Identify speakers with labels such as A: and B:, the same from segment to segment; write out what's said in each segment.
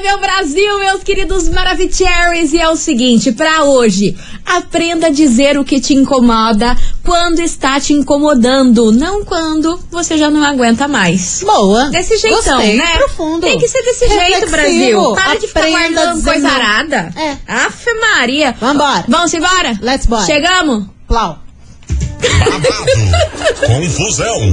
A: É Brasil, meus queridos Maravicheries! E é o seguinte, pra hoje, aprenda a dizer o que te incomoda quando está te incomodando, não quando você já não aguenta mais.
B: Boa.
A: Desse jeitão,
B: Gostei,
A: né?
B: Profundo.
A: Tem que ser desse jeito, Brasil.
B: Reflexivo.
A: Para de ficar
B: Aprenda
A: guardando
B: dizendo-
A: coisa arada.
B: É.
A: Afe Maria.
B: Vambora.
A: Vamos embora?
B: Let's bora.
A: Chegamos?
B: Plau.
C: babado, confusão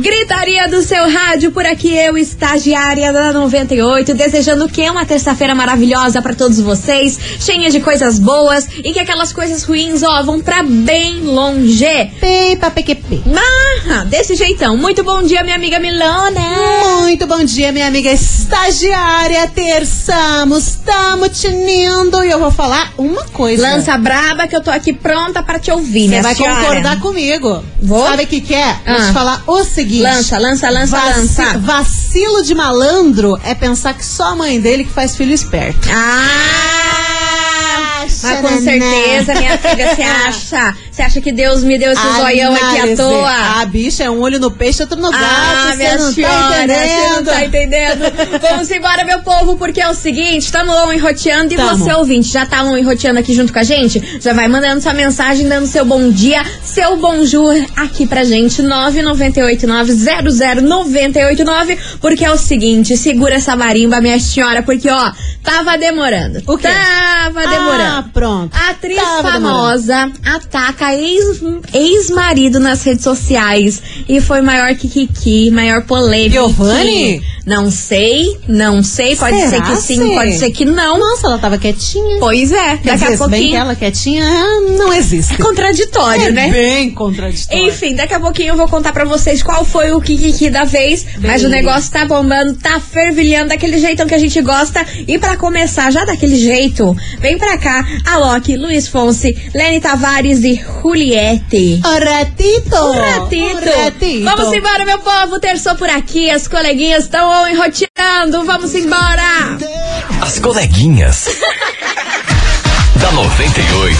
A: Gritaria do seu rádio, por aqui eu, estagiária da 98, desejando que é uma terça-feira maravilhosa pra todos vocês, cheia de coisas boas e que aquelas coisas ruins, ó, vão pra bem longe.
B: Pipa, PQP.
A: Marra, desse jeitão. Muito bom dia, minha amiga Milona.
B: Muito bom dia, minha amiga estagiária. Terçamos, tamo tinindo. E eu vou falar uma coisa.
A: Lança braba que eu tô aqui pronta pra te ouvir,
B: é.
A: né? minha
B: Você vai
A: senhora.
B: concordar comigo.
A: Vou?
B: Sabe o que, que é? Vou
A: Ah.
B: te falar o seguinte.
A: Lança, lança, lança,
B: Vaci-
A: lança.
B: Vacilo de malandro é pensar que só a mãe dele que faz filho esperto.
A: Ah! Mas com
B: xananá.
A: certeza, minha filha, você acha? Você acha que Deus me deu esse zoião aqui à
B: Análise.
A: toa?
B: Ah, bicha, é um olho no peixe, outro no gato.
A: Ah,
B: você
A: minha
B: não tá
A: senhora, você não
B: entendendo.
A: tá entendendo. Vamos embora, meu povo, porque é o seguinte, estamos on enroteando e
B: Tamo.
A: você, ouvinte, já tá on enroteando aqui junto com a gente? Já vai mandando sua mensagem, dando seu bom dia, seu bonjour aqui pra gente, 998900989, porque é o seguinte, segura essa marimba, minha senhora, porque, ó, tava demorando.
B: O quê?
A: Tava demorando.
B: Ah, pronto.
A: A atriz
B: Tava
A: famosa ataca ex- ex-marido nas redes sociais. E foi maior que Kiki, maior polêmica.
B: Giovanni?
A: Não sei, não sei. Pode
B: Será,
A: ser que sim,
B: sim?
A: pode ser que não.
B: Nossa, ela tava quietinha.
A: Pois é, daqui
B: Quer dizer,
A: a
B: se bem que
A: pouquinho.
B: ela quietinha ah, não existe.
A: É contraditório,
B: É
A: né?
B: bem contraditório.
A: Enfim, daqui a pouquinho eu vou contar pra vocês qual foi o Kikiki da vez. Mas o negócio tá bombando, tá fervilhando daquele jeitão que a gente gosta. E pra começar, já daquele jeito, vem pra cá Alok, Luiz Fonse, Lene Tavares e Juliette.
B: Um ratito.
A: Um ratito. Vamos embora, meu povo. Terçou por aqui. As coleguinhas estão enroteando. Vamos embora.
D: As coleguinhas. da 98.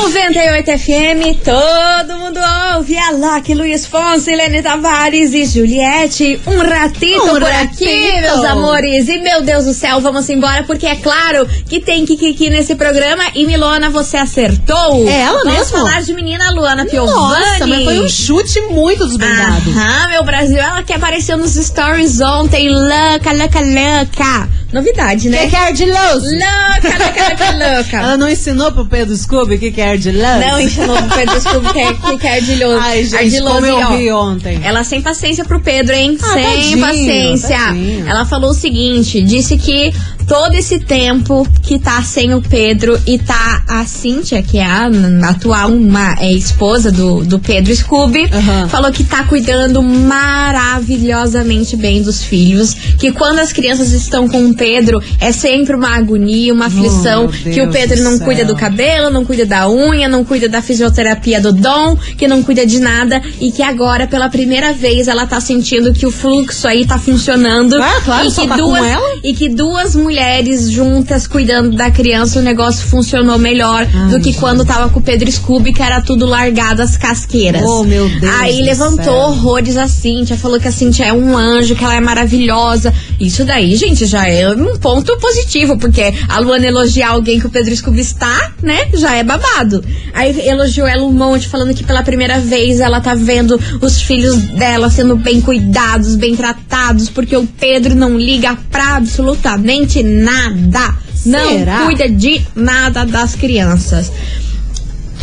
A: 98 FM, todo mundo ouve. Alok, Luiz Fonse, Helene Tavares e Juliette. Um ratito
B: Um
A: por
B: ratito.
A: aqui, meus amores. E meu Deus do céu, vamos embora, porque é claro que tem Kikiki nesse programa. E Milona, você acertou.
B: É ela
A: vamos
B: mesmo?
A: falar de menina Luana Piovani.
B: Nossa, mas foi um chute muito desbandado.
A: Aham, meu Brasil, ela que apareceu nos stories ontem, louca, louca, louca. Novidade, né?
B: que, que é ardiloso?
A: Louca, louca, louca, Ah, louca.
B: Ela não ensinou pro Pedro Scooby o que, que é ardiloso?
A: Não, ensinou o Pedro Scooby que é, que é ardiloso.
B: Ai, gente,
A: ardiloso,
B: como eu
A: e, ó,
B: vi ontem.
A: Ela sem paciência pro Pedro, hein?
B: Ah,
A: sem
B: tadinho,
A: paciência.
B: tadinho.
A: Ela falou o seguinte: disse que todo esse tempo que tá sem o Pedro e tá a Cíntia, que é a n- atual uma, é, esposa do, do Pedro Scooby,
B: Aham.
A: falou que tá cuidando maravilhosamente bem dos filhos. Que quando as crianças estão com o Pedro, é sempre uma agonia, uma aflição.
B: Oh, meu
A: que o
B: Deus
A: Pedro
B: do
A: não cuida
B: céu.
A: do cabelo, não cuida da unha, não cuida da fisioterapia do dom, que não cuida de nada e que agora, pela primeira vez, ela tá sentindo que o fluxo aí tá funcionando.
B: Ah, claro,
A: e
B: só
A: que
B: tá com
A: duas,
B: ela?
A: E que duas mulheres juntas cuidando da criança, o negócio funcionou melhor do que quando tava com o Pedro Scooby, que era tudo largado às casqueiras.
B: Oh, meu Deus
A: Aí
B: do
A: levantou
B: céu.
A: horrores a Cíntia, falou que a Cíntia é um anjo, que ela é maravilhosa. Isso daí, gente, já é um ponto positivo, porque a Luana elogiar alguém que o Pedro Scooby está, né, já é babado. Aí elogiou ela um monte, falando que pela primeira vez ela tá vendo os filhos dela sendo bem cuidados, bem tratados, porque o Pedro não liga pra absolutamente nada. Não
B: Será?
A: cuida de nada das crianças.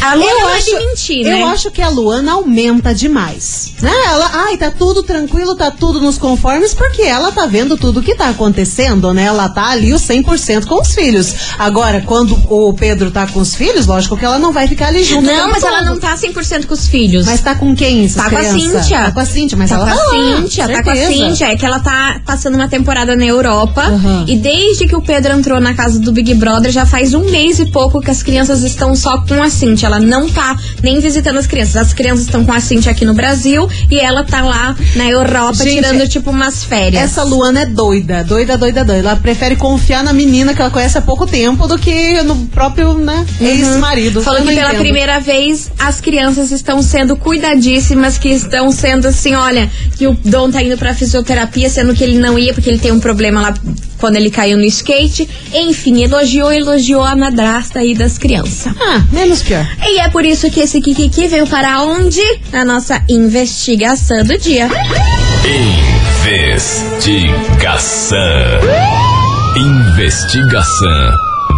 A: A Luana
B: eu
A: não é
B: acho,
A: de mentir, né?
B: Eu acho que a Luana aumenta demais. Né? Ela, ai, tá tudo tranquilo, tá tudo nos conformes, porque ela tá vendo tudo que tá acontecendo, né? Ela tá ali o 100% com os filhos. Agora, quando o Pedro tá com os filhos, lógico que ela não vai ficar ali junto. o
A: Não,
B: tempo
A: mas ela
B: todo.
A: não tá 100% com os filhos.
B: Mas tá com quem? essas
A: Tá com a
B: crianças?
A: Cíntia.
B: Tá com a Cíntia, mas
A: tá
B: ela
A: com a
B: tá lá,
A: Cíntia, tá com a
B: certeza.
A: Cíntia. É que ela tá passando uma temporada na Europa.
B: Aham.
A: E desde que o Pedro entrou na casa do Big Brother, já faz um mês e pouco que as crianças estão só com a Cíntia. Ela não tá nem visitando as crianças. As crianças estão com a Cíntia aqui no Brasil e ela tá lá na Europa
B: Gente,
A: tirando, tipo, umas férias.
B: Essa Luana é doida, doida, doida, doida. Ela prefere confiar na menina que ela conhece há pouco tempo do que no próprio, né, ex-marido.
A: Falou
B: Eu
A: que Uhum.
B: não
A: pela
B: entendo.
A: primeira vez as crianças estão sendo cuidadíssimas, que estão sendo assim, olha, que o Dom tá indo pra fisioterapia, sendo que ele não ia, porque ele tem um problema lá quando ele caiu no skate. Enfim, elogiou, elogiou a madrasta aí das crianças.
B: Ah, menos pior.
A: E é por isso que esse Kikiki veio para onde? Na nossa investigação do dia.
D: Investigação. Investigação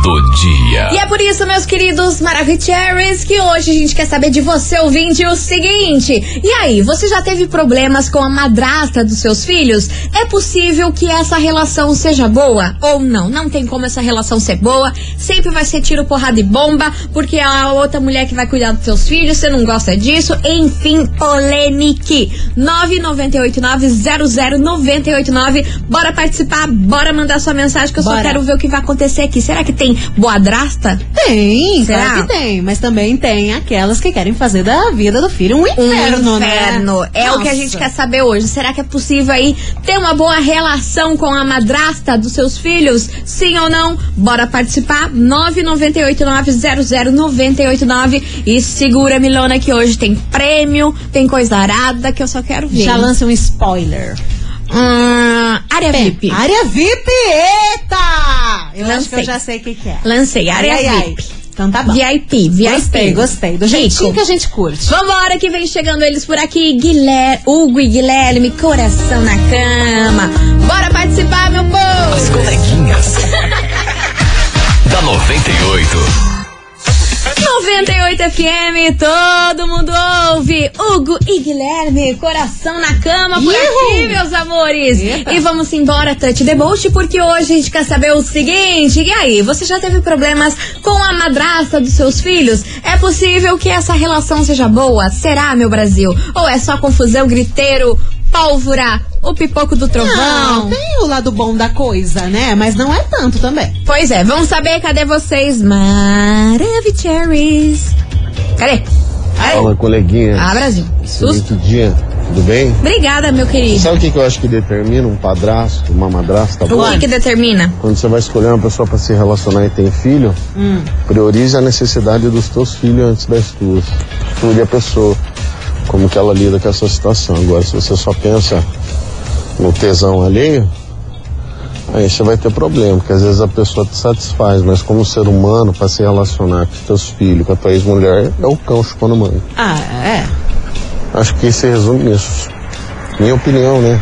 D: do dia.
A: E é por isso, meus queridos Maravicheries, que hoje a gente quer saber de você, ouvinte, o seguinte. E aí, você já teve problemas com a madrasta dos seus filhos? É possível que essa relação seja boa ou não? Não tem como essa relação ser boa. Sempre vai ser tiro, porrada e bomba, porque a outra mulher que vai cuidar dos seus filhos, você não gosta disso. Enfim, polêmique. 998900989. Bora participar, bora mandar sua mensagem que eu só
B: Bora.
A: quero ver o que vai acontecer aqui. Será que tem boadrasta?
B: Tem,
A: Será?
B: claro que tem. Mas também tem aquelas que querem fazer da vida do filho um
A: Um
B: inferno,
A: inferno.
B: né?
A: É o que a
B: Nossa.
A: gente quer saber hoje. Será que é possível aí ter uma boa relação com a madrasta dos seus filhos? Sim ou não? Bora participar. 998900989 e segura Milona que hoje tem prêmio, tem coisa arada que eu só quero ver.
B: Já lança um spoiler.
A: Hum, área VIP.
B: Área VIP, eita! Eu acho que
A: Lancei.
B: eu já sei o que, que é.
A: Lancei área
B: Ai, ai, ai.
A: VIP.
B: Então tá bom.
A: VIP, VIP.
B: Gostei, gostei. Do jeitinho que a gente curte.
A: Vambora que vem chegando eles por aqui, Guilherme, Hugo e Guilherme, coração na cama. Bora participar, meu
D: As
A: povo!
D: coleguinhas. da 98.
A: 98 FM, todo mundo ouve. Hugo e Guilherme, coração na cama por aqui, meus amores. E vamos embora, Touch the Boat, porque hoje a gente quer saber o seguinte. E aí, você já teve problemas com a madrasta dos seus filhos? É possível que essa relação seja boa? Será, meu Brasil? Ou é só confusão, griteiro, pálvora, o pipoco do trovão?
B: Não, tem o lado bom da coisa, né? Mas não é tanto também.
A: Pois é, vamos saber cadê vocês, Maravicheries. Cadê? Cadê?
E: Fala, coleguinha.
A: Ah, Brasil. Que Susto.
E: Excelente dia. Tudo bem?
A: Obrigada, meu querido.
E: Sabe o que, que eu acho que determina um padrasto, uma madrasta
A: O
E: boa?
A: que, que determina?
E: Quando você vai escolher uma pessoa pra se relacionar e tem filho,
A: Hum.
E: prioriza a necessidade dos teus filhos antes das tuas. Estude a pessoa, como que ela lida com essa situação. Agora, se você só pensa no tesão alheio, aí você vai ter problema, porque às vezes a pessoa te satisfaz, mas como ser humano, pra se relacionar com os teus filhos, com a tua ex-mulher, é o cão chupando mãe.
B: Ah, é.
E: Acho que se resume nisso. Minha opinião, né?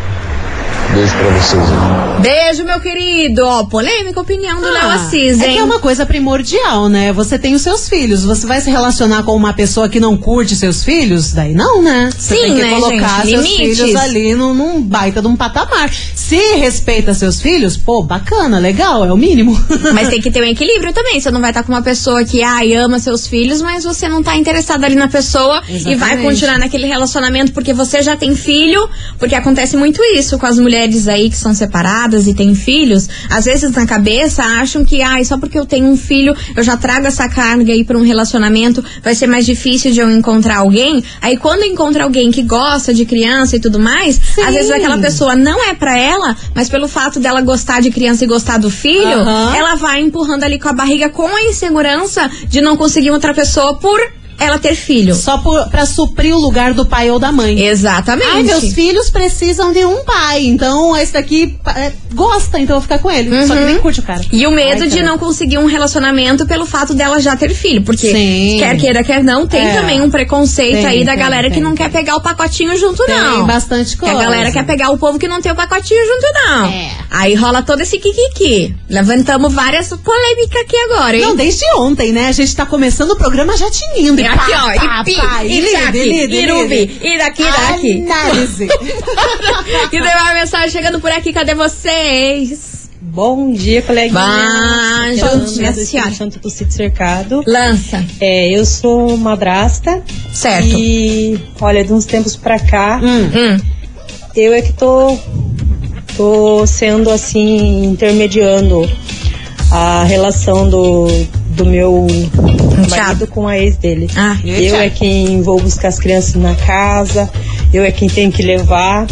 E: Beijo pra vocês. Hein?
A: Beijo, meu querido. Ó, polêmica opinião do Léo
B: Ah,
A: Assis,
B: É
A: hein?
B: que é uma coisa primordial, né? Você tem os seus filhos, você vai se relacionar com uma pessoa que não curte seus filhos? Daí não, né? Você
A: Sim,
B: tem que
A: né,
B: colocar
A: gente?
B: seus
A: Limites.
B: filhos ali num, num baita de um patamar. Se respeita seus filhos, pô, bacana, legal, é o mínimo.
A: Mas tem que ter um equilíbrio também. Você não vai estar com uma pessoa que ai, ama seus filhos, mas você não tá interessada ali na pessoa e vai
B: Exatamente.
A: continuar naquele relacionamento porque você já tem filho. Porque acontece muito isso com as mulheres aí que são separadas e têm filhos. Às vezes na cabeça acham que ai, só porque eu tenho um filho, eu já trago essa carga aí pra um relacionamento, vai ser mais difícil de eu encontrar alguém. Aí quando encontra alguém que gosta de criança e tudo mais, às vezes aquela pessoa não é pra ela, mas pelo fato dela gostar de criança e gostar do filho filho, é
B: Aham.
A: ela vai empurrando ali com a barriga com a insegurança de não conseguir outra pessoa por ela ter filho.
B: Só por, pra suprir o lugar do pai ou da mãe.
A: Exatamente.
B: Ai, meus filhos precisam de um pai, então esse daqui pa- é, gosta, então eu vou ficar com ele. Só que nem curte o cara.
A: Uhum. E o medo
B: Ai,
A: de
B: cara.
A: não conseguir um relacionamento pelo fato dela já ter filho. Porque
B: Sim.
A: quer queira, quer não, tem
B: É.
A: também um preconceito
B: Tem,
A: aí da
B: tem,
A: galera que
B: tem.
A: não quer pegar o pacotinho junto,
B: Tem
A: não.
B: bastante
A: Que A
B: coisa.
A: galera quer pegar o povo que não tem o pacotinho junto, não.
B: É.
A: Aí rola todo esse kikiki. Levantamos várias polêmicas aqui agora, hein?
B: Não, desde ontem, né? A gente tá começando o programa já tinindo. E
A: Ah, Aqui, ó.
B: Pá,
A: Ipi,
B: pá, e lide, lide,
A: Itaque, Irubi,
B: lide.
A: Iraqui, Iraqui.
B: Análise.
A: E tem uma mensagem chegando por aqui, cadê vocês?
F: Bom dia, coleguinha.
A: Bah,
F: Aqui é
A: juntinha,
F: a Sandra do
A: senhora.
F: Espírito Santo do Sítio Cercado.
A: Lança.
F: É, eu sou madrasta.
A: Certo.
F: E, olha, de uns tempos pra cá,
A: Hum.
F: eu é que tô, tô sendo, assim, intermediando a relação do, do meu marido com a ex dele.
A: Ah,
F: eu é quem vou buscar as crianças na casa, eu é quem tenho que levar,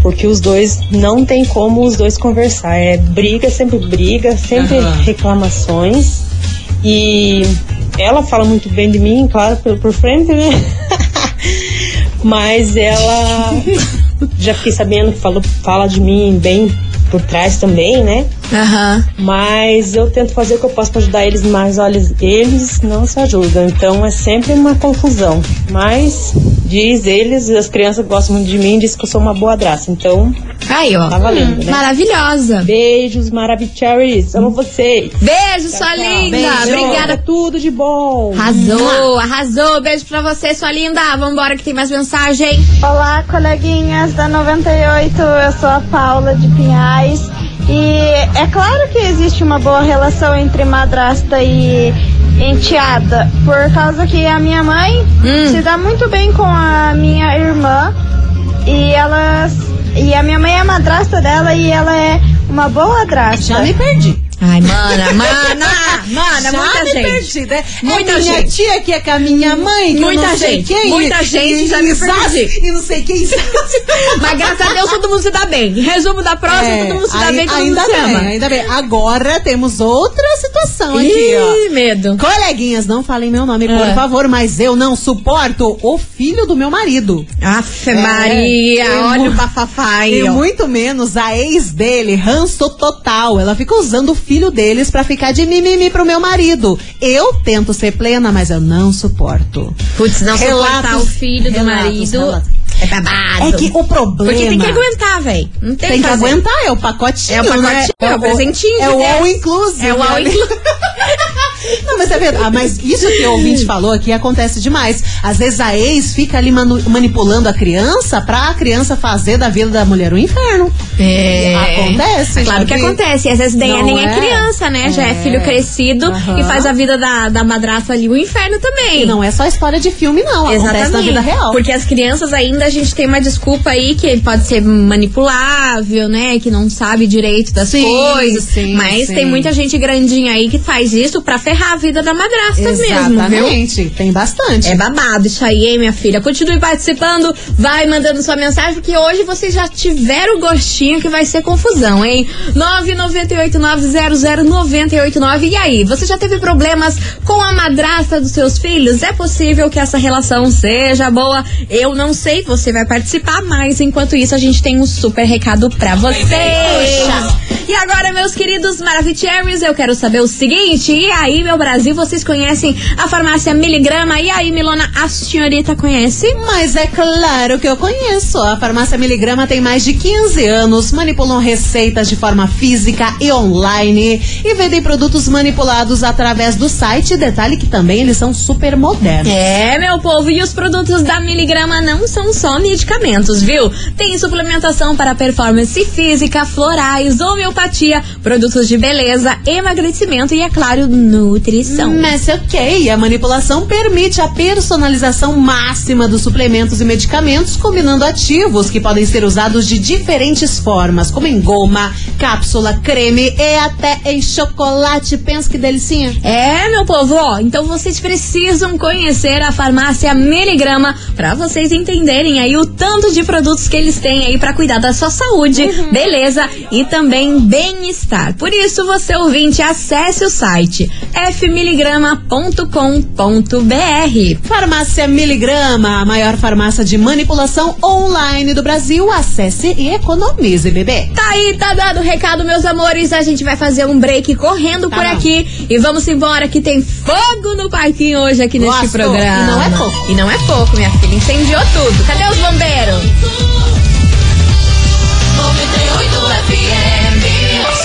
F: porque os dois não tem como os dois conversar. É briga, sempre briga, sempre
B: Aham.
F: reclamações. E ela fala muito bem de mim, claro, por, por frente, né? Mas ela já fiquei sabendo que falou, fala de mim bem por trás também, né?
A: Aham.
F: Mas eu tento fazer o que eu posso para ajudar eles, mas olha, eles não se ajudam. Então é sempre uma confusão. Mas diz eles, as crianças gostam muito de mim, diz que eu sou uma boa graça. Então
A: Aí, ó.
F: tá valendo, né?
A: Maravilhosa.
F: Beijos, maravilhosos. Amo vocês.
A: Beijo, sua linda.
B: Beijo.
A: Obrigada.
F: Tá Tudo de bom.
G: Ah.
A: Arrasou, arrasou. Beijo pra você, sua linda. Vambora que tem mais mensagem.
H: Olá, coleguinhas da 98, eu sou a Paula de Pinhais. E é claro que existe uma boa relação entre madrasta e enteada, por causa que a minha mãe
A: Hum.
H: se dá muito bem com a minha irmã e elas e a minha mãe é a madrasta dela e ela é uma boa madrasta.
B: Já me perdi.
A: Ai, mana, mana, mana,
B: Já
A: muita
B: me
A: gente.
B: perdi, né?
A: Muita
B: é minha
A: gente.
B: tia que é com a minha mãe, que
A: Muita
B: eu não sei
A: gente,
B: quem.
A: muita
B: e-
A: gente
B: e,
A: já me
B: e Zaz,
A: perdi.
B: E não sei quem. Zaz.
A: Mas graças a Deus todo mundo se dá bem. Resumo da próxima,
B: É,
A: todo mundo se dá
B: ai-
A: bem, todo
B: ainda
A: mundo se
B: bem,
A: ama.
B: ainda bem. Agora temos outra situação aqui, ó.
A: Ih, medo.
B: Coleguinhas, não falem meu nome, por
A: Ah.
B: favor, mas eu não suporto o filho do meu marido.
A: Afe
B: É,
A: Maria,
B: tem
A: olha
B: mu-
A: o bafafá aí,
B: E
A: ó.
B: muito menos a ex dele, ranço total. Ela fica usando o filho deles pra ficar de mimimi pro meu marido. Eu tento ser plena, mas eu não suporto.
A: Putz, não
B: Relatos-
A: suportar o filho do
B: relatos,
A: marido
B: relatos.
A: é babado.
B: É que o problema.
A: Porque tem que aguentar, velho. Não tem,
B: Tem que
A: fazer.
B: aguentar, é o pacotinho.
A: É o pacotinho,
B: né?
A: é o presentinho
B: É o
A: que
B: all
A: desce.
B: inclusive.
A: É o all
B: né? Não, mas é verdade. Ah, mas isso que o ouvinte falou aqui acontece demais. Às vezes a ex fica ali manu- manipulando a criança pra a criança fazer da vida da mulher um inferno.
A: É.
B: Acontece.
A: Claro que
B: sabe?
A: acontece. Às vezes nem é,
B: Não
A: nem é
B: é?
A: criança, né? Já é filho crescido
B: Aham.
A: e faz a vida da, da madrasta ali um inferno também.
B: E não é só história de filme, não. Acontece na vida real.
A: Porque as crianças ainda a gente tem uma desculpa aí que pode ser manipulável, né? Que não sabe direito das
B: Sim,
A: coisas.
B: sim,
A: Mas
B: sim.
A: tem muita gente grandinha aí que faz isso pra ferrar a vida da madrasta mesmo, viu?
B: Exatamente. Tem bastante.
A: É babado isso aí, hein, minha filha? Continue participando, vai mandando sua mensagem, porque hoje vocês já tiveram o gostinho que vai ser confusão, hein? 998900989. E aí, você já teve problemas com a madrasta dos seus filhos? É possível que essa relação seja boa? Eu não sei, você vai participar, mas enquanto isso a gente tem um super recado pra vocês. E agora, meus queridos Maravicheries, eu quero saber o seguinte: e aí, meu Brasil, vocês conhecem a farmácia Miligrama? E aí, Milona, a senhorita conhece?
B: Mas é claro que eu conheço. A farmácia Miligrama tem mais de 15 anos, manipulam receitas de forma física e online e vendem produtos manipulados através do site. Detalhe que também eles são super modernos.
A: É, meu povo, e os produtos da Miligrama não são só medicamentos, viu? Tem suplementação para performance física, florais, homeopatia, produtos de beleza, emagrecimento e, é claro, nutrição.
B: Mas é ok, a manipulação permite a personalização máxima dos suplementos e medicamentos, combinando ativos que podem ser usados de diferentes formas, como em goma, cápsula, creme e até em chocolate. Pensa que delicinha.
A: É, meu povo, ó, então vocês precisam conhecer a farmácia Miligrama pra vocês entenderem aí o tanto de produtos que eles têm aí pra cuidar da sua saúde, beleza e também bem-estar. Por isso, você ouvinte, acesse o site fmiligrama.com.br.
B: Farmácia Miligrama, a maior farmácia de manipulação online do Brasil. Acesse e economize, bebê.
A: Tá aí, tá dado o recado, meus amores. A gente vai fazer um break correndo
B: Tá
A: por
B: bom.
A: aqui e vamos embora que tem fogo no parquinho hoje aqui neste
B: Gosto.
A: programa.
B: E não é pouco.
A: E não é pouco, minha filha. Incendiou tudo. Cadê os bombeiros?
D: As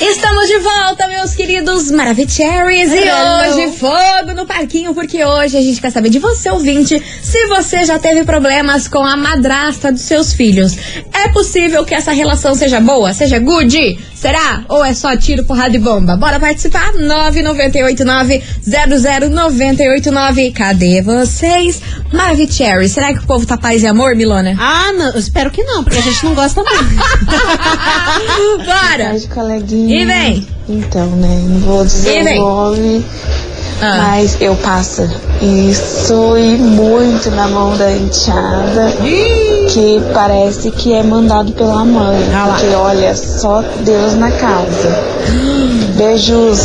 A: Estamos de volta, meus queridos Maravicheries. E hoje, fogo no parquinho, porque hoje a gente quer saber de você, ouvinte, se você já teve problemas com a madrasta dos seus filhos. É possível que essa relação seja boa, seja good? Será? Ou é só tiro, porrada e bomba? Bora participar? 998900989. Cadê vocês? Maravicherry, será que o povo tá paz e amor, Milona?
B: Ah, não, eu espero que não, porque a gente não gosta muito.
I: Boa
A: Bora!
I: tarde, coleguinha.
A: E vem.
I: Então, né? Não vou
A: E
I: dizer
A: vem.
I: o nome,
A: Ah.
I: mas eu passo. Isso e muito na mão da enteada, que parece que é mandado pela mãe.
B: Ah lá.
I: Porque olha, só Deus na casa. Beijos.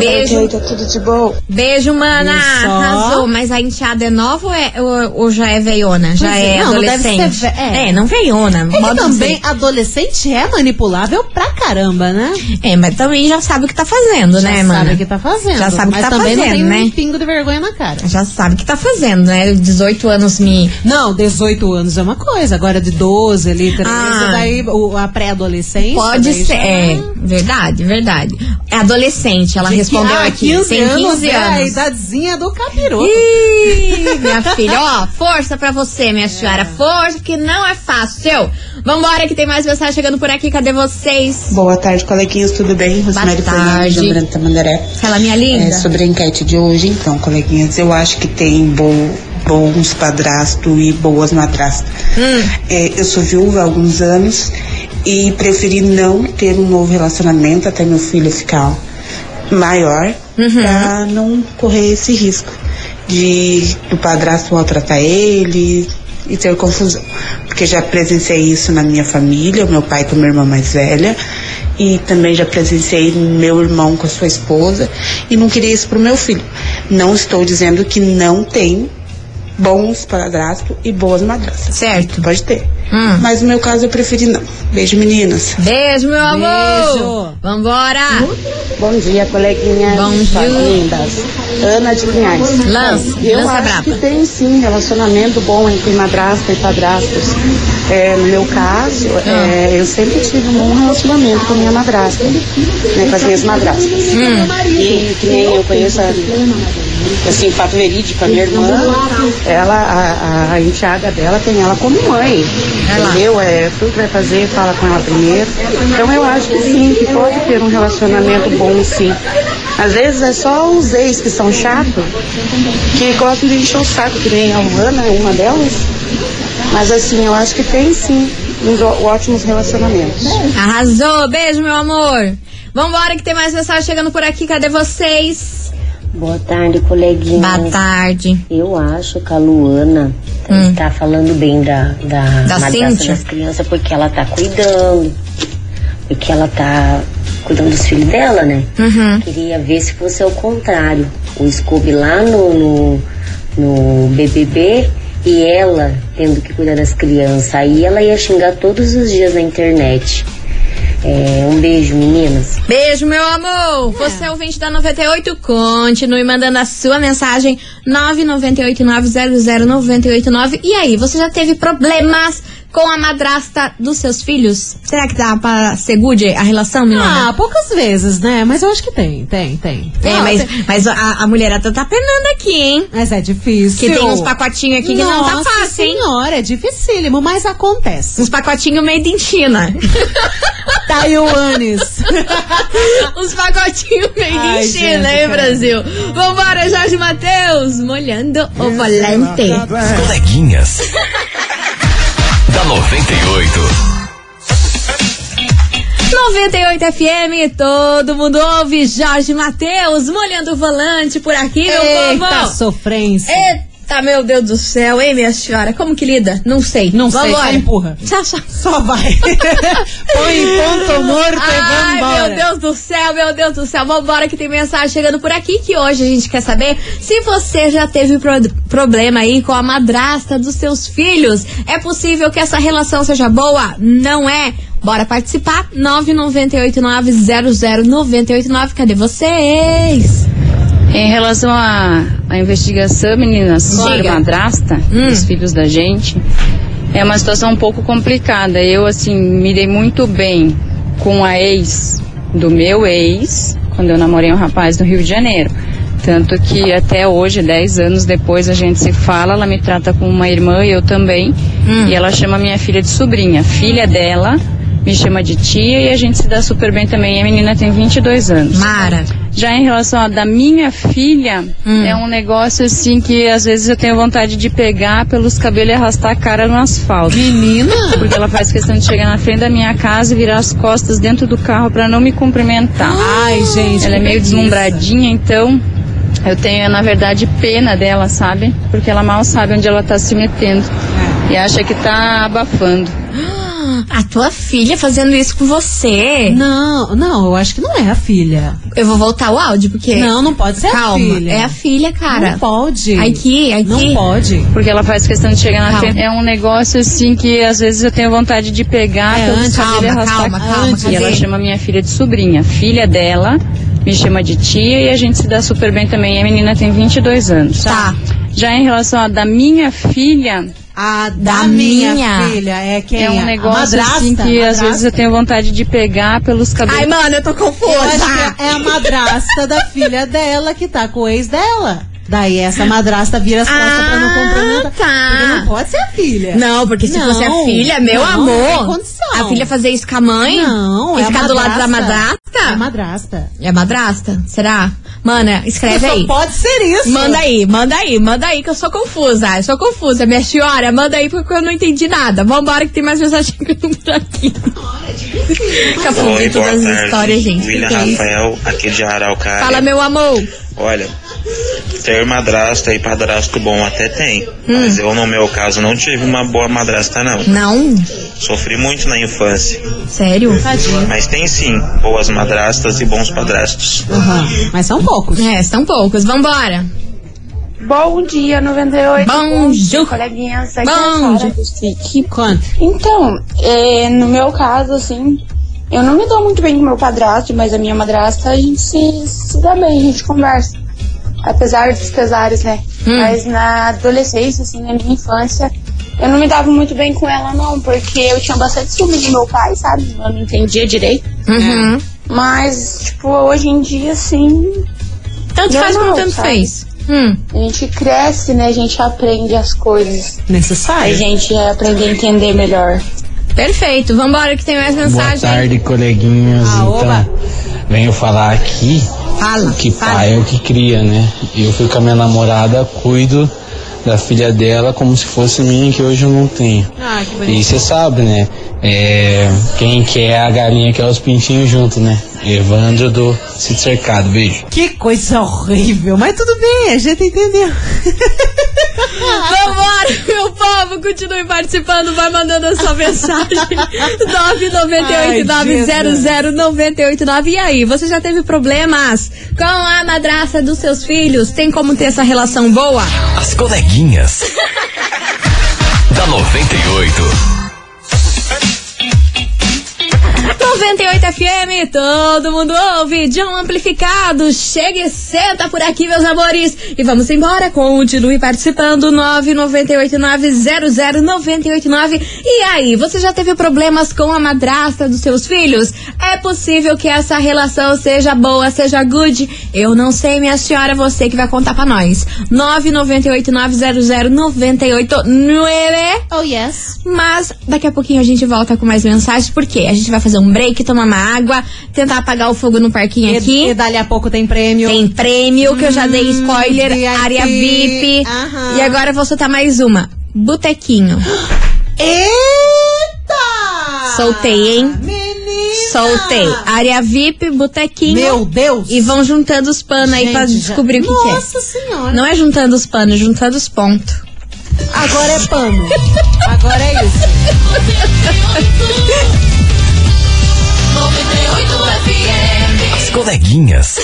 A: Beijo.
I: Ok, Tá tudo de bom.
A: Beijo, mana!
B: Olha só.
A: Arrasou! Mas a enteada é nova ou, é- ou- ou já é veiona? Já
B: Pois é,
A: é,
B: não, não deve
A: adolescente?
B: ser ve- é.
A: é. não veiona.
B: É que
A: modo de
B: também
A: dizer.
B: adolescente é manipulável pra caramba, né?
A: É, mas também já sabe o que tá fazendo,
B: Já
A: né,
B: sabe
A: mana?
B: o que tá fazendo.
A: Já sabe o que tá
B: mas também
A: fazendo,
B: não tem um
A: né?
B: pingo de vergonha na cara.
A: Já sabe o que tá fazendo, né? 18 anos me.
B: Não, 18 anos é uma coisa, agora de 12 ali, 13,
A: Ah.
B: daí o- a pré-adolescência.
A: Pode
B: daí
A: ser.
B: já-
A: É, verdade, verdade. É adolescente, ela
B: De que-
A: respondeu
B: ah,
A: aqui.
B: 15
A: Tem 15
B: anos,
A: anos.
B: é a idadezinha do capiroto.
A: Ih, minha filha, ó, força pra você,
B: É.
A: minha senhora, força, porque não é fácil. Vambora, que tem mais mensagem chegando por aqui, cadê vocês?
J: Boa tarde, coleguinhas, tudo bem? Rosemary Fernandes,
A: tarde.
J: de Branco Tamandaré.
A: Fala, minha linda.
J: É, sobre a enquete de hoje, então, coleguinhas, eu acho que tem bo- bons padrasto e boas madrastas. É, eu sou viúva há alguns anos e preferi não ter um novo relacionamento até meu filho ficar maior pra não correr esse risco de do padrasto maltratar ele e ter confusão. Porque já presenciei isso na minha família, o meu pai com a minha irmã mais velha, e também já presenciei meu irmão com a sua esposa, e não queria isso pro meu filho. Não estou dizendo que não tem bons padrastos e boas madrastas.
A: Certo.
J: Pode ter.
A: Hum.
J: Mas no meu caso eu preferi não. Beijo, meninas.
A: Beijo, meu amor!
B: Beijo.
A: Vambora!
G: Bom dia, coleguinhas.
A: Bom dia.
G: Só Lindas. Ana de Pinhais.
A: Lança,
G: Eu
A: lança
G: acho
A: braba.
G: que tem sim relacionamento bom entre madrasta e padrastos. É, no meu caso, é, eu sempre tive um bom relacionamento com a minha madrasta, né, com as minhas madrastas. E que nem eu conheço, a- assim, fato verídico, a minha irmã, ela, a, a, a enteada dela tem ela como mãe. Entendeu? É, tudo que vai fazer, fala com ela primeiro. Então eu acho que sim, que pode ter um relacionamento bom sim. Às vezes é só os ex que são chatos, que gostam de encher o saco, que nem a Luana é uma delas. Mas assim, eu acho que tem sim uns ó- ótimos relacionamentos.
A: Arrasou! Beijo, meu amor! Vambora, que tem mais mensagem chegando por aqui, cadê vocês?
G: Boa tarde, coleguinha.
A: Boa tarde.
G: Eu acho que a Luana tá falando bem da, da,
A: Da
G: madrasta
A: Cíntia?
G: das crianças porque ela tá cuidando. Porque ela tá cuidando dos filhos dela, né?
A: Uhum.
G: Queria ver se fosse ao contrário. O Scooby lá no, no, no BBB e ela tendo que cuidar das crianças. Aí ela ia xingar todos os dias na internet. É, um beijo, meninas.
A: Beijo, meu amor! Você é ouvinte da 98, continue mandando a sua mensagem 998900989. E aí, você já teve problemas com a madrasta dos seus filhos? Será que dá pra ser good a relação, Milana?
B: Ah, poucas vezes, né? Mas eu acho que tem, tem, tem.
A: é,
B: Ah,
A: mas,
B: tem-
A: mas a, a mulherada tá penando aqui, hein?
B: Mas é difícil.
A: Que tem uns pacotinhos aqui que não tá
B: Nossa
A: fácil, hein?
B: senhora, é dificílimo, mas acontece.
A: Uns pacotinhos made in China.
B: Taiwanes.
A: Uns pacotinhos made
B: Ai,
A: in
B: gente,
A: China, hein,
B: cara.
A: Brasil? Vambora, Jorge Matheus, molhando o volante.
D: As coleguinhas. da 98.
A: 98 FM, todo mundo ouve Jorge Matheus, molhando o volante por aqui, meu
B: Eita,
A: povo.
B: sofrência.
A: Eita, meu Deus do céu, hein, minha senhora? Como que lida? Não sei.
B: Não sei,
A: Vambora.
B: só empurra.
A: Tchau, tchau.
B: Só vai. Põe em ponto morto e vamos
A: Ai,
B: embora.
A: meu Deus do céu, meu Deus do céu. Vambora que tem mensagem chegando por aqui que hoje a gente quer saber se você já teve pro- problema aí com a madrasta dos seus filhos. É possível que essa relação seja boa? Não é? Bora participar? 998900989. Cadê vocês?
K: Em relação à, à investigação, meninas, sobre
A: Diga.
K: a madrasta
B: Hum.
K: dos filhos da gente, é uma situação um pouco complicada. Eu, assim, me dei muito bem com a ex do meu ex, quando eu namorei um rapaz do Rio de Janeiro. Tanto que até hoje, 10 anos depois, a gente se fala, ela me trata como uma irmã e eu também. E ela chama minha filha de sobrinha. Filha dela me chama de tia e a gente se dá super bem também. E a menina tem 22 anos.
A: Mara.
K: Já em relação à da minha filha,
B: Hum.
K: é um negócio assim que às vezes eu tenho vontade de pegar pelos cabelos e arrastar a cara no asfalto.
B: Menina!
K: Porque ela faz questão de chegar na frente da minha casa e virar as costas dentro do carro pra não me cumprimentar.
B: Ai, gente.
K: Ela é
B: que
K: meio
B: preguiça.
K: deslumbradinha, então eu tenho, na verdade, pena dela, sabe? Porque ela mal sabe onde ela tá se metendo.
B: É.
K: E acha que tá abafando.
A: A tua filha fazendo isso com
B: É.
A: você?
B: Não, não, eu acho que não é a filha.
A: Eu vou voltar o áudio, porque.
B: Não, não pode ser É. a
A: Calma,
B: filha.
A: É a filha, cara.
B: Não pode.
A: Aqui, aqui.
B: Não pode.
K: Porque ela faz questão de chegar na
A: Calma.
K: frente. É um negócio assim que às vezes eu tenho vontade de pegar
A: É,
K: pelos
A: antes,
K: cabelos e
A: calma,
K: arrastar
A: calma,
K: a
A: calma,
K: cara.
A: calma.
K: E ela
A: Sim.
K: chama minha filha de sobrinha. Filha dela me chama de tia e a gente se dá super bem também. E a menina tem 22 anos.
A: Tá.
K: Já em relação à da minha filha,
B: A da,
A: Da
B: minha,
A: minha.
B: filha é quem
K: é um
B: a
K: negócio
B: madrasta,
K: assim que às
B: madrasta.
K: vezes eu tenho vontade de pegar pelos cabelos.
A: Ai, mano, eu tô
B: Eu acho
A: confusa.
B: que é a madrasta da filha dela que tá com o ex dela. Daí essa madrasta vira as costas pra não
A: Ah,
B: comprometer.
A: tá.
B: Porque não pode ser a filha.
A: Não, porque se
B: Não,
A: fosse a filha, meu
B: não, não tem
A: amor.
B: condição.
A: a filha fazer isso com a mãe?
B: Não,
A: E
B: é
A: ficar
B: a
A: do lado da
B: madrasta. É
A: madrasta?
B: a madrasta.
A: É madrasta? Será? Mana, escreve
B: Só
A: aí.
B: pode ser isso.
A: Manda aí, manda aí, manda aí que eu sou confusa. Eu sou confusa. Minha senhora, manda aí porque eu não entendi nada. Vambora que tem mais mensagem que eu não tô aqui. Cafundi todas as histórias, gente. Que
L: William
A: que é isso?
L: Rafael, aqui de Araucária.
A: Fala, meu amor.
L: Olha, ter madrasta e padrasto bom até tem. Mas eu, no meu caso, não tive uma boa madrasta, não.
A: Não?
L: Sofri muito na infância.
A: Sério?
L: Mas tem sim boas madrastas e bons padrastos.
B: Aham, Mas são poucos.
A: É, são poucos. Vambora.
G: Bom dia, 98.
A: Bom dia.
G: coleguinhas. Aqui
A: Bom
G: é a Sara
A: dia.
G: do SIC.
B: Quanto?
G: Então, é, no meu caso, assim, eu não me dou muito bem com meu padrasto, mas a minha madrasta, a gente se, se dá bem, a gente conversa. Apesar dos pesares, né? Mas na adolescência, assim, na minha infância, eu não me dava muito bem com ela, não, porque eu tinha bastante ciúme do meu pai, sabe? Eu não entendia direito.
A: Uhum.
G: Mas, tipo, hoje em dia, assim,
A: Tanto faz
G: Normal,
A: como tanto
G: sabe?
A: fez. Hum.
G: a gente cresce, né? A gente aprende as coisas. A
B: Necessário.
G: gente aprende a entender melhor.
A: Perfeito. Vambora que tem mais
M: Boa
A: mensagem.
M: tarde, coleguinhas.
B: Ah, oba.
M: então, venho falar aqui
B: Fala,
M: que
B: fala.
M: pai é o que cria, né? Eu fico com a minha namorada, cuido da filha dela como se fosse minha, que hoje eu não tenho.
B: Ah, que bonito.
M: E você sabe, né? É, quem quer a galinha quer os pintinhos junto, né? Evandro do Sítio Cercado, beijo.
B: Que coisa horrível. Mas tudo bem, a gente entendeu.
A: Vambora, meu povo, continue participando, vai mandando a sua mensagem. 998900989. E aí, você já teve problemas com a madraça dos seus filhos? Tem como ter essa relação boa?
D: As coleguinhas. da 98.
A: 98 FM, todo mundo ouve, John amplificado. Chega e senta por aqui, meus amores. E vamos embora, continue participando. 998900989. E aí, você já teve problemas com a madrasta dos seus filhos? É possível que essa relação seja boa, seja good? Eu não sei, minha senhora, você que vai contar pra nós. 998900989.
B: Oh, yes.
A: Mas daqui a pouquinho a gente volta com mais mensagens, porque a gente vai fazer um break, tomar uma água, tentar apagar o fogo no parquinho
B: E,
A: aqui.
B: e dali a pouco tem prêmio.
A: Tem prêmio, que eu já dei spoiler,
B: VIP.
A: área VIP.
B: Aham.
A: E agora eu vou soltar mais uma. Botequinho.
B: Eita!
A: Soltei, hein?
B: Menina!
A: Soltei. Área VIP, botequinho.
B: Meu Deus!
A: E vão juntando os panos aí
B: Gente,
A: pra
B: já-
A: descobrir o que, que é.
B: Nossa senhora!
A: Não é juntando os panos, juntando os pontos.
B: Agora é pano. Agora é isso.
D: As coleguinhas.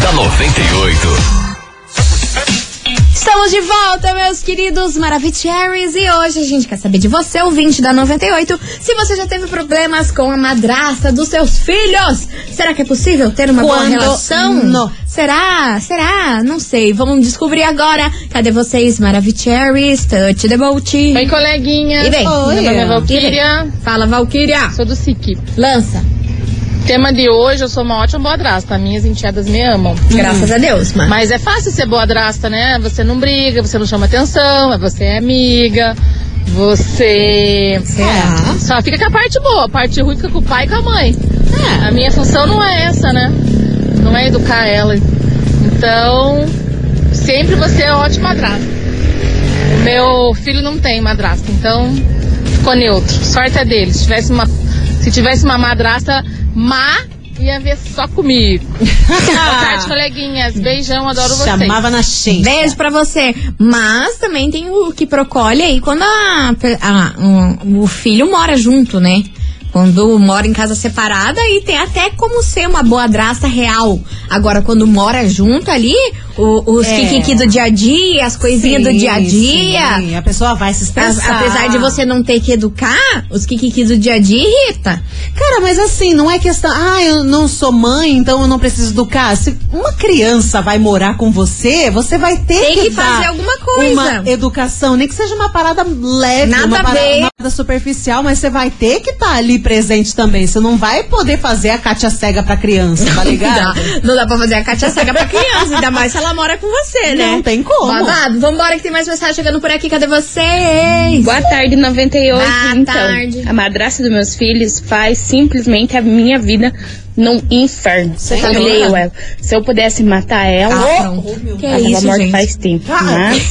D: da 98.
A: Estamos de volta, meus queridos Maravicheries, e hoje a gente quer saber de você, ouvinte da 98, se você já teve problemas com a madrasta dos seus filhos. Será que é possível ter uma boa
B: Quando
A: relação?
B: não.
A: Será? Será? Não sei. Vamos descobrir agora. Cadê vocês, Maravicheries? Touch the boat. E
N: Oi, coleguinha.
A: bem.
B: Oi.
N: Meu nome é Valquíria.
A: Fala, Valkyria.
N: Sou do SIC.
A: Lança.
N: tema de hoje, eu sou uma ótima boadrasta. Minhas enteadas me amam.
B: Hum.
A: Graças a Deus, mano.
N: Mas é fácil ser boadrasta, né? Você não briga, você não chama atenção, você é amiga. Você. é.
A: Será?
N: Só fica com a parte boa, a parte ruim fica com o pai e com a mãe. A minha função não é essa, né? Não é educar ela. Então, sempre você é ótima madrasta. O meu filho não tem madrasta, então ficou neutro. Sorte é dele. Se tivesse uma, se tivesse uma madrasta má, ia ver só comigo. Boa tarde, coleguinhas. Beijão, adoro vocês.
A: Chamava na cheia. Beijo pra você. Mas também tem o que procolhe aí quando a- a- um- o filho mora junto, né? Quando mora em casa separada e tem até como ser uma boadrasta real. Agora, quando mora junto ali, o- os
B: É.
A: kikiki do dia a dia, as coisinhas do
B: Sim,
A: dia a dia.
B: sim, a pessoa vai se estressar.
A: A- Apesar de você não ter que educar, os kikiki do dia a dia irrita.
B: Cara, mas assim, não é questão. Ah, eu não sou mãe, então eu não preciso educar. Se uma criança vai morar com você, você vai ter
A: Tem que
B: dar
A: fazer alguma coisa.
B: Uma educação, nem que seja uma parada leve,
A: Nada
B: uma
A: a
B: parada,
A: ver.
B: uma parada superficial, mas você vai ter que estar ali presente também. Você não vai poder fazer a Cátia cega pra criança, tá ligado?
A: Não dá né? pra fazer a Cátia cega pra criança, ainda mais se ela mora com você, né?
B: Não tem como.
A: Babado, vambora que tem mais mensagem chegando por aqui, cadê vocês?
O: Boa tarde, 98.
A: Boa
O: então,
A: tarde.
O: a madrasta dos meus filhos faz simplesmente a minha vida num inferno. Você
A: tá
O: Odeio
A: louca?
O: ela. Se eu pudesse matar ela,
A: Ah,
O: oh,
A: pronto. Que
O: mas
A: isso,
O: ela morre
A: gente?
O: faz tempo.
A: Ah.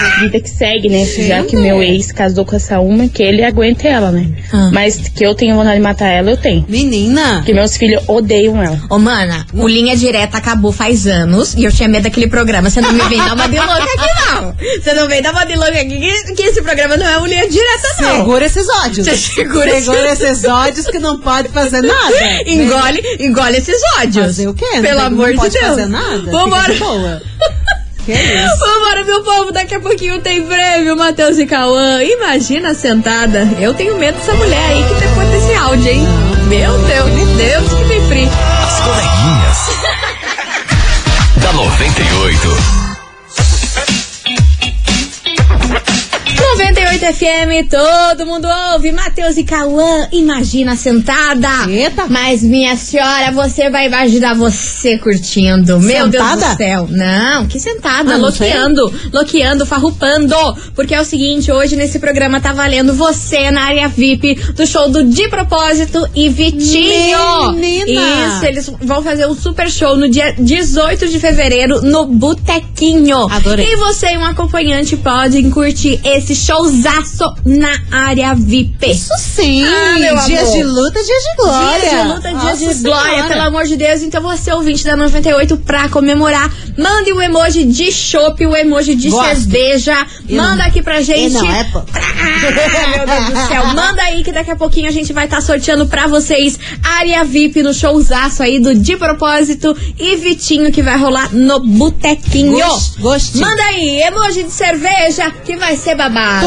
O: Mas a vida que segue, né? Já que meu ex casou com essa uma, que ele aguenta ela, né?
A: Ah.
O: Mas que eu tenho vontade de matar ela, eu tenho.
B: Menina!
O: Que meus filhos odeiam ela.
A: Ô, mana, o Linha Direta acabou faz anos e eu tinha medo daquele programa. Você não me vem dar uma de louca aqui, não. Você não vem dar uma de louca aqui, que, que esse programa não é o Linha Direta, não.
B: Segura esses ódios.
A: Você segura,
B: Segura esses ódios que não pode fazer nada.
A: Engole, engole esses ódios.
B: Fazer o quê? Não
A: Pelo
B: tem-
A: amor
B: não
A: de
B: pode
A: Deus.
B: fazer nada? Fica
A: Vambora.
B: de boa.
A: Vambora, meu povo, daqui a pouquinho tem prêmio, Matheus e Cauã. Imagina a sentada. Eu tenho medo dessa mulher aí que depois desse áudio, hein? Meu Deus, de Deus, que me frio.
D: As coleguinhas. da 98.
A: 98 FM, todo mundo ouve. Matheus e Cauã, imagina a sentada. Eita. Mas, minha senhora, você vai imaginar você curtindo. Meu Deus do
B: Sentada?
A: céu. Não, que sentada.
B: Ah, não sei.
A: loqueando, loqueando, farrupando. Porque é o seguinte, hoje nesse programa tá valendo você na área VIP do show do De Propósito e Vitinho.
B: Menina.
A: Isso, eles vão fazer um super show no dia 18 de fevereiro no Botequinho. Adorei. E você e um acompanhante podem curtir esse showzaço na área VIP. Isso
B: sim. Dias de luta, dias de glória.
A: Dias de luta, dias
B: Nossa
A: de
B: Senhora.
A: glória, pelo amor de Deus. Então você, ouvinte da 98, pra comemorar, mande o emoji de chopp, o emoji de
B: Gosto.
A: cerveja.
B: E
A: manda
B: não-
A: aqui pra gente.
B: e não, é pouco.
A: Ah, meu Deus do céu. Manda aí que daqui a pouquinho a gente vai estar sorteando pra vocês área VIP no showzaço aí do De Propósito e Vitinho que vai rolar no Botequinho.
D: Gost- gostinho.
A: Manda aí, emoji de cerveja que vai ser babado.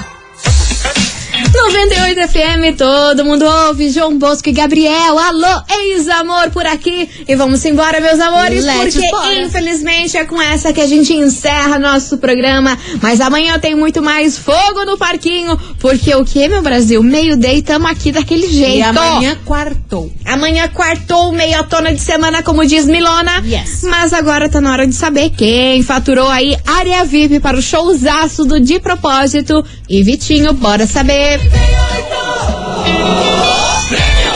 A: 98 FM, todo mundo ouve. João Bosco e Gabriel, alô, ex-amor por aqui. E vamos embora, meus amores,
B: Let's
A: porque
B: bora.
A: infelizmente é com essa que a gente encerra nosso programa. Mas amanhã tem muito mais fogo no parquinho, porque o que, meu Brasil? Meio-day, tamo aqui daquele jeito.
B: E amanhã quartou.
A: Amanhã quartou, meia tona de semana, como diz Milona. Mas agora tá na hora de saber quem faturou aí área VIP para o showzaço do De Propósito. E Vitinho, bora saber.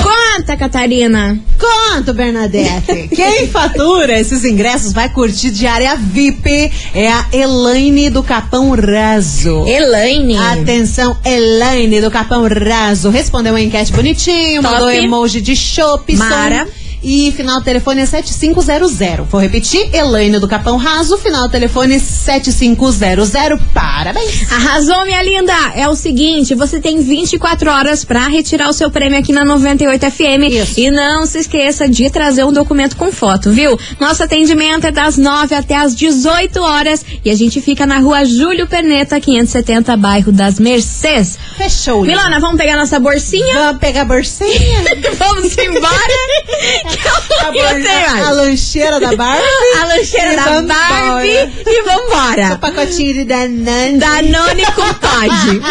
A: Conta, Catarina.
B: Conto, Bernadette. Quem fatura esses ingressos vai curtir de área VIP. É a Elaine do Capão Raso.
A: Elaine.
B: Atenção, Elaine do Capão Raso. Respondeu a enquete bonitinho,
A: Top.
B: mandou emoji de chopp. som.
A: Mara.
B: E final do telefone é 7500. Vou repetir, Elaine do Capão Raso, final do telefone 7500. Parabéns.
A: Arrasou, minha linda! É o seguinte, você tem 24 horas pra retirar o seu prêmio aqui na 98 FM. E não se esqueça de trazer um documento com foto, viu? Nosso atendimento é das 9 até as 18 horas e a gente fica na rua Júlio Perneta, 570, bairro das Mercês.
B: Fechou.
A: Milana, vamos pegar nossa bolsinha?
B: Vamos pegar a bolsinha.
A: vamos embora?
B: A, bol- a lancheira da Barbie.
A: A lancheira
B: E
A: da
B: vambora.
A: Barbie. E vambora.
B: O pacotinho de Danone.
A: Danone com Todd.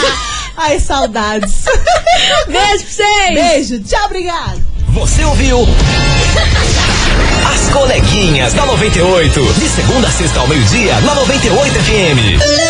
B: Ai, saudades.
A: Beijo pra vocês.
B: Beijo, tchau, obrigado.
D: Você ouviu? As coleguinhas da 98. De segunda a sexta ao meio-dia, na 98 FM.